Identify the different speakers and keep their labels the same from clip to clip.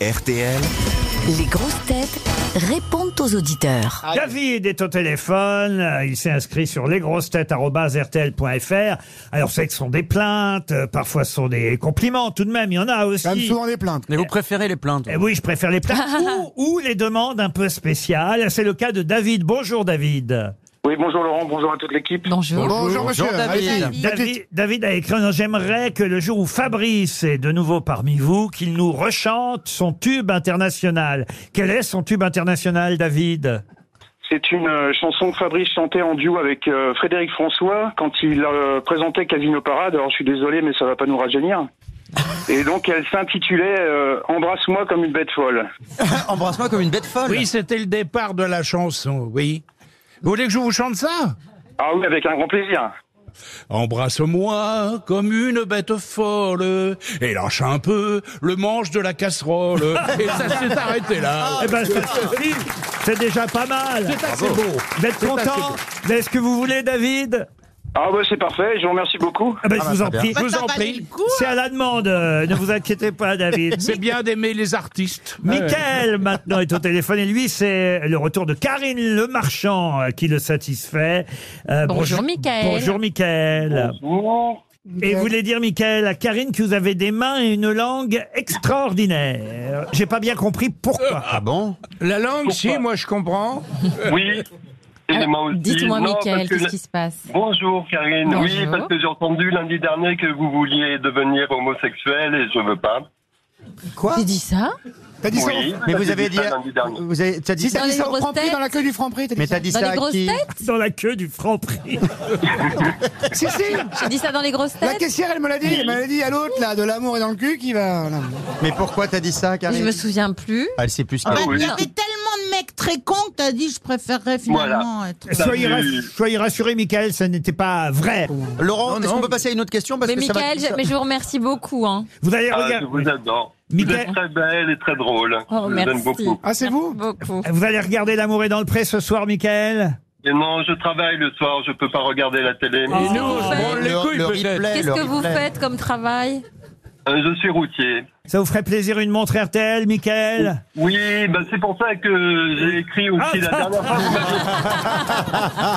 Speaker 1: RTL.
Speaker 2: Les grosses têtes répondent aux auditeurs.
Speaker 3: Ah,
Speaker 4: David est au téléphone, euh, il s'est inscrit sur lesgrossetêtes.rtl.fr. Alors, c'est que ce sont des plaintes, euh, parfois ce sont des compliments, tout de même, il y en a aussi.
Speaker 5: Quand même souvent des plaintes.
Speaker 6: Mais vous préférez les plaintes
Speaker 4: Eh oui, je préfère les plaintes ou, ou les demandes un peu spéciales. C'est le cas de David. Bonjour David.
Speaker 7: Oui, bonjour Laurent, bonjour à toute l'équipe.
Speaker 5: Bonjour, monsieur.
Speaker 6: Bonjour,
Speaker 5: Allez-y.
Speaker 6: David.
Speaker 5: Dites, dites.
Speaker 4: David, David a écrit « J'aimerais que le jour où Fabrice est de nouveau parmi vous, qu'il nous rechante son tube international. » Quel est son tube international, David
Speaker 7: C'est une euh, chanson que Fabrice chantait en duo avec euh, Frédéric François quand il euh, présentait Casino Parade. Alors je suis désolé, mais ça va pas nous rajeunir. Et donc elle s'intitulait euh, Embrasse-moi comme une bête folle.
Speaker 6: Embrasse-moi comme une bête folle.
Speaker 8: Oui, c'était le départ de la chanson, oui. Vous voulez que je vous chante ça
Speaker 7: Ah oui, avec un grand plaisir.
Speaker 8: Embrasse-moi comme une bête folle et lâche un peu le manche de la casserole. et ça s'est arrêté là.
Speaker 4: Eh ben, c'est si, c'est déjà pas mal.
Speaker 8: Ah, C'est assez beau.
Speaker 4: Vous êtes content Mais Est-ce que vous voulez, David
Speaker 7: Ah bah c'est parfait, je vous remercie beaucoup.
Speaker 4: Ah ben, Je vous en
Speaker 6: bah, très
Speaker 4: prie.
Speaker 8: Je
Speaker 3: Bah,
Speaker 8: vous en prie.
Speaker 4: C'est à la demande, euh, ne vous inquiétez pas, David.
Speaker 8: C'est bien d'aimer les artistes.
Speaker 4: Michael, maintenant, est au téléphone. Et lui, c'est le retour de Karine Le Marchand euh, qui le satisfait. Euh,
Speaker 3: Bonjour, Michael.
Speaker 4: Bonjour, Michael.
Speaker 7: Bonjour.
Speaker 4: Et vous voulez dire, Michael, à Karine que vous avez des mains et une langue extraordinaire. J'ai pas bien compris pourquoi.
Speaker 6: Ah bon
Speaker 8: La langue, si, moi je comprends.
Speaker 7: Oui. Excusez-moi aussi.
Speaker 3: Euh, Dites-moi,
Speaker 7: Euh, Non, parce
Speaker 3: Mickaël,
Speaker 7: que
Speaker 3: qu'est-ce
Speaker 7: la-
Speaker 3: qui se passe
Speaker 7: Bonjour Karine. Oui,
Speaker 3: Bonjour.
Speaker 7: parce que j'ai entendu lundi dernier que vous vouliez devenir homosexuel et je veux pas.
Speaker 5: Quoi
Speaker 3: J'ai dit ça
Speaker 5: T'as dit ça
Speaker 7: Oui.
Speaker 5: au-
Speaker 6: Mais
Speaker 7: ça,
Speaker 6: vous
Speaker 7: j'ai
Speaker 6: avez
Speaker 7: dit
Speaker 6: dit.
Speaker 7: ça lundi dernier.
Speaker 6: Vous avez, t'as dit
Speaker 5: Si
Speaker 6: ça
Speaker 5: t'as
Speaker 3: Dans
Speaker 5: dit
Speaker 3: les
Speaker 5: ça au
Speaker 3: grosses
Speaker 5: Franprix,
Speaker 3: têtes
Speaker 5: dans la queue du Franprix, t'as dit
Speaker 6: Mais
Speaker 5: ça.
Speaker 6: t'as dit
Speaker 3: Dans
Speaker 6: ça
Speaker 3: les
Speaker 6: à
Speaker 3: grosses
Speaker 6: qui
Speaker 3: têtes
Speaker 4: Dans la queue du franc prix.
Speaker 5: Si, si,
Speaker 3: J'ai dit ça dans les grosses
Speaker 5: la
Speaker 3: têtes
Speaker 5: caissière, elle me l'a dit. Elle m'a dit à l'autre, là, de l'amour est dans le cul qui va. voilà.
Speaker 6: Mais pourquoi t'as dit ça,
Speaker 3: Je
Speaker 6: Karine
Speaker 3: me souviens plus.
Speaker 6: Elle sait plus
Speaker 9: Bah,
Speaker 6: qu'elle.
Speaker 7: Ah oui.
Speaker 9: Il y avait tellement de mecs très cons que t'as dit je préférerais finalement être.
Speaker 4: Soyez,
Speaker 7: Salut.
Speaker 4: rass- soyez rassurés, Michael, ça n'était pas vrai.
Speaker 7: Ah,
Speaker 6: Laurent,
Speaker 8: Non,
Speaker 6: est-ce
Speaker 8: non.
Speaker 6: qu'on peut passer à une autre question Parce
Speaker 3: Mais
Speaker 6: que ça va-
Speaker 3: Michael, je- mais je vous remercie beaucoup. hein.
Speaker 4: Vous allez
Speaker 7: Ah,
Speaker 4: regarder.
Speaker 7: je vous adore. Vous
Speaker 4: Mickaël.
Speaker 7: êtes très belle et très drôle.
Speaker 3: Oh,
Speaker 7: je vous aime
Speaker 3: merci.
Speaker 7: beaucoup.
Speaker 5: Ah, c'est vous
Speaker 3: Beaucoup.
Speaker 4: Vous allez regarder L'amour est dans le pré ce soir, Michael
Speaker 7: Et non, je travaille le soir, je peux pas regarder la télé.
Speaker 3: Qu'est-ce que vous
Speaker 8: Bon,
Speaker 3: faites
Speaker 8: les couilles,
Speaker 6: le
Speaker 8: peut-être.
Speaker 6: replay,
Speaker 3: Qu'est-ce
Speaker 6: le
Speaker 3: que vous
Speaker 6: replay.
Speaker 3: faites comme travail
Speaker 7: Euh, Je suis routier.
Speaker 4: Ça vous ferait plaisir une montre RTL, Michael
Speaker 7: Oui, bah c'est pour ça que j'ai écrit aussi la dernière fois. vous m'aviez-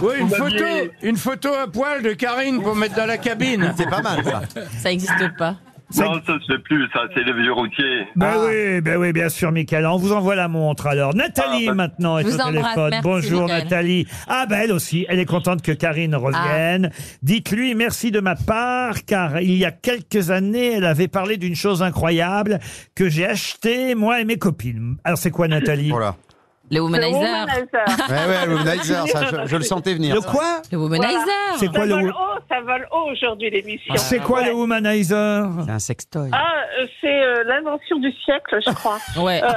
Speaker 8: Oui, une
Speaker 7: Vous
Speaker 8: photo,
Speaker 7: m'aviez-
Speaker 8: une photo à poil de Karine pour mettre dans la cabine.
Speaker 6: C'est pas mal, ça.
Speaker 3: Ça n'existe pas.
Speaker 7: Non, ça se fait plus, ça, c'est les vieux routiers.
Speaker 4: Ben oui, ben oui, bien sûr, Michael. On vous envoie la montre alors. Nathalie
Speaker 7: Ah, bah-
Speaker 4: maintenant est
Speaker 3: Je vous
Speaker 4: au
Speaker 3: embrasse,
Speaker 4: téléphone.
Speaker 3: merci,
Speaker 4: Bonjour
Speaker 3: Michael.
Speaker 4: Nathalie. Ah ben elle aussi, elle est contente que Karine revienne.
Speaker 3: Ah.
Speaker 4: Dites-lui merci de ma part car il y a quelques années, elle avait parlé d'une chose incroyable que j'ai achetée moi et mes copines. Alors c'est quoi Nathalie
Speaker 6: Voilà.
Speaker 3: Le womanizer.
Speaker 6: Ouais, ouais, le womanizer, ça, je, je le sentais venir.
Speaker 4: Le quoi
Speaker 3: Le womanizer.
Speaker 4: C'est quoi
Speaker 10: ça
Speaker 4: le
Speaker 10: vole haut, ça vole haut aujourd'hui l'émission.
Speaker 4: Ah, C'est quoi le womanizer
Speaker 6: C'est un sextoy.
Speaker 10: Ah, euh, c'est euh, l'invention du siècle, je crois.
Speaker 3: Ouais,
Speaker 10: Euh,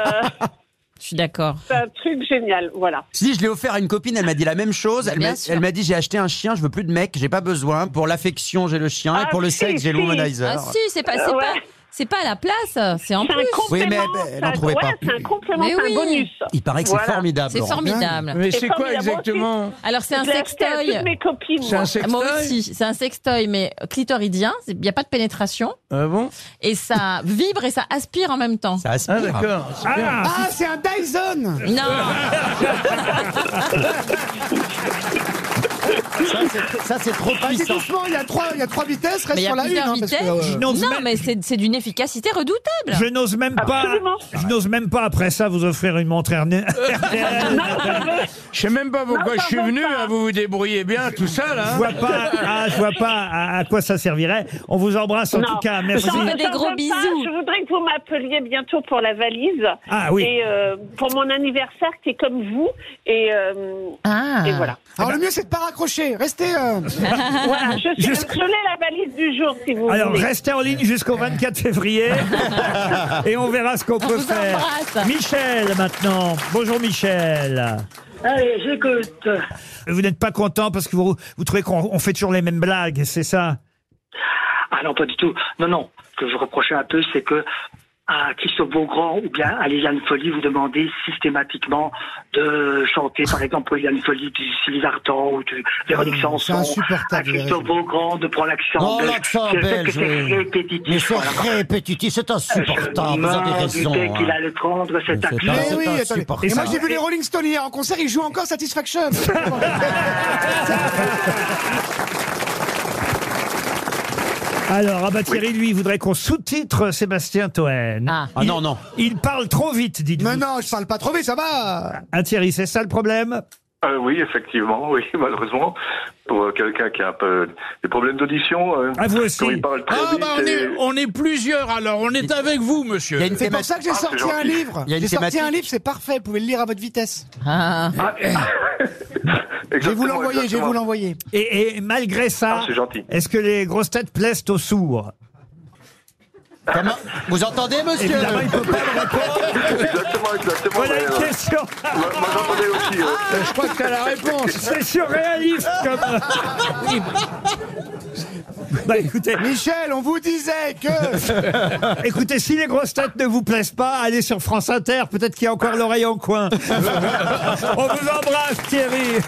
Speaker 3: je suis d'accord.
Speaker 10: c'est un truc génial, voilà.
Speaker 6: Si je l'ai offert à une copine, elle m'a dit la même chose. Elle
Speaker 3: Bien
Speaker 6: m'a-
Speaker 3: sûr.
Speaker 6: elle m'a dit j'ai acheté un chien, je veux plus de mec, j'ai pas besoin. Pour l'affection, j'ai le chien et
Speaker 10: Ah,
Speaker 6: pour le
Speaker 10: si,
Speaker 6: sexe, j'ai le
Speaker 10: si.
Speaker 6: womanizer.
Speaker 3: Ah si, c'est pas, c'est
Speaker 10: Euh, ouais.
Speaker 3: pas, c'est pas à la place, c'est en
Speaker 10: C'est un
Speaker 3: plus.
Speaker 10: complément.
Speaker 6: Oui, mais elle-
Speaker 10: c'est
Speaker 7: Ah,
Speaker 6: elle en
Speaker 10: un-
Speaker 6: trouvait
Speaker 10: ouais,
Speaker 6: pas.
Speaker 10: C'est un complément,
Speaker 3: Mais
Speaker 10: c'est
Speaker 3: oui.
Speaker 10: un bonus.
Speaker 6: Il paraît que c'est
Speaker 10: Voilà.
Speaker 6: formidable.
Speaker 3: C'est
Speaker 6: Laurent.
Speaker 3: formidable.
Speaker 8: Ah, Mais
Speaker 10: C'est
Speaker 8: c'est quoi
Speaker 10: formidable
Speaker 8: exactement
Speaker 3: Alors c'est un
Speaker 10: Je l'ai acheté à
Speaker 3: sextoy.
Speaker 10: toutes mes copines.
Speaker 8: C'est un
Speaker 10: moi.
Speaker 3: Moi
Speaker 8: sextoy
Speaker 3: aussi, c'est un sextoy, mais clitoridien. Il n'y a pas de pénétration.
Speaker 8: Ah bon
Speaker 3: Et ça vibre et ça aspire en même temps.
Speaker 6: Ça aspire.
Speaker 8: Ah d'accord. c'est bien.
Speaker 4: Ah,
Speaker 5: Ah, c'est un Dyson
Speaker 3: Non,
Speaker 6: Ça, c'est- Ça, c'est trop
Speaker 5: Vas-y
Speaker 6: puissant.
Speaker 5: doucement, il y a trois, il y a trois vitesses,
Speaker 3: mais
Speaker 5: reste
Speaker 3: il y a
Speaker 5: sur la une.
Speaker 3: plusieurs
Speaker 5: hein, parce
Speaker 3: vitesses.
Speaker 5: que, euh,
Speaker 4: n'ose
Speaker 3: non,
Speaker 4: même-
Speaker 3: mais c'est c'est d'une efficacité redoutable.
Speaker 4: Je n'ose même pas.
Speaker 10: Absolument.
Speaker 4: Je n'ose même pas après ça vous offrir une montre Erne- RTL.
Speaker 8: Je sais même pas pourquoi je suis venu, hein, vous vous débrouillez bien, tout ça
Speaker 4: Je
Speaker 8: là.
Speaker 4: vois pas, ah, je vois pas à, à quoi ça servirait. On vous embrasse en
Speaker 10: Non.
Speaker 4: tout cas. Merci.
Speaker 10: J'en
Speaker 3: fait des
Speaker 10: veux
Speaker 3: gros
Speaker 10: pas,
Speaker 3: bisous.
Speaker 10: je voudrais que vous m'appeliez bientôt pour la valise.
Speaker 4: Ah oui.
Speaker 10: Et euh, pour mon anniversaire qui est comme vous. Et, euh,
Speaker 3: Ah.
Speaker 10: et voilà.
Speaker 5: Alors, le mieux, c'est de pas raccrocher. Restez. euh,
Speaker 10: voilà je, suis-
Speaker 4: Ah, Juste-
Speaker 10: je l'ai la valise du jour si vous
Speaker 4: Alors
Speaker 10: voulez.
Speaker 4: restez en ligne jusqu'au 24 février et on verra ce qu'on peut
Speaker 3: vous
Speaker 4: faire.
Speaker 3: embrasse.
Speaker 4: Michel maintenant. Bonjour Michel.
Speaker 10: Allez, j'écoute.
Speaker 4: Vous n'êtes pas content parce que vous, vous trouvez qu'on on fait toujours les mêmes blagues, c'est ça
Speaker 11: Ah non, pas du tout. Non, non. Ce que je reprochais un peu, c'est que
Speaker 1: à Christophe Beaugrand ou bien à Liliane Folly, vous demandez systématiquement de chanter, par exemple, pour Liliane Folly, du Sylvie Vartan ou du Véronique
Speaker 5: C'est
Speaker 1: Sanson. À
Speaker 5: insupportable. les
Speaker 1: Christophe
Speaker 5: raisons.
Speaker 1: Beaugrand de prendre l'accent.
Speaker 11: Oh,
Speaker 1: belge.
Speaker 11: l'accent
Speaker 1: Je sais
Speaker 11: belge,
Speaker 1: que c'est
Speaker 11: oui.
Speaker 1: répétitif.
Speaker 11: Mais c'est
Speaker 1: voilà.
Speaker 6: Eh,
Speaker 11: répétitif, c'est insupportable. Vous avez
Speaker 10: Ah,
Speaker 1: Je me
Speaker 11: raison.
Speaker 1: doutais qu'il
Speaker 11: hein.
Speaker 1: allait prendre cet
Speaker 11: Mais c'est
Speaker 1: accent.
Speaker 11: pas-
Speaker 5: Mais oui,
Speaker 11: c'est
Speaker 5: attendez.
Speaker 11: insupportable.
Speaker 5: Et moi j'ai vu les Rolling Stones hier en concert, ils jouent encore Satisfaction.
Speaker 4: Alors, ah bah Thierry, lui, voudrait qu'on sous-titre Sébastien Toen.
Speaker 3: Ah.
Speaker 6: Ah non, non.
Speaker 4: Il parle trop vite, dites-vous.
Speaker 5: Mais non, je parle pas trop vite, ça va.
Speaker 4: Ah Thierry, c'est ça le problème
Speaker 12: Euh, oui, effectivement, oui, malheureusement, pour euh, quelqu'un qui a un peu des problèmes d'audition, euh,
Speaker 4: Ah, vous aussi.
Speaker 12: quand il parle très
Speaker 8: Ah
Speaker 12: vite,
Speaker 8: bah on est,
Speaker 12: et-
Speaker 8: on est plusieurs alors, on est avec vous monsieur.
Speaker 6: Il y a une
Speaker 5: C'est pour
Speaker 6: thématique.
Speaker 5: ça que j'ai
Speaker 12: Ah, c'est
Speaker 5: sorti un
Speaker 12: gentil.
Speaker 5: livre.
Speaker 6: Il y a une
Speaker 5: J'ai sorti un
Speaker 6: thématique.
Speaker 5: livre, c'est parfait, vous pouvez le lire à votre vitesse.
Speaker 3: Ah.
Speaker 12: Ah,
Speaker 5: Je vais vous
Speaker 12: Exactement,
Speaker 5: l'envoyer, je vais
Speaker 12: exactement.
Speaker 5: vous l'envoyer.
Speaker 4: et, et malgré ça,
Speaker 12: Ah, c'est gentil.
Speaker 4: est-ce que les grosses têtes plaisent aux sourds
Speaker 6: Comment- Vous entendez, monsieur
Speaker 4: Évidemment, il peut pas le répondre.
Speaker 12: Exactement, exactement.
Speaker 4: Voilà
Speaker 12: ouais,
Speaker 4: une
Speaker 12: euh,
Speaker 4: question.
Speaker 12: moi, moi, j'entendais aussi. euh,
Speaker 3: Ah,
Speaker 8: Je crois que t'as la réponse.
Speaker 4: C'est surréaliste comme. bah écoutez,
Speaker 5: Michel, on vous disait que.
Speaker 4: écoutez, si les grosses têtes ne vous plaisent pas, allez sur France Inter, peut-être qu'il y a encore l'oreille en coin. On vous embrasse Thierry.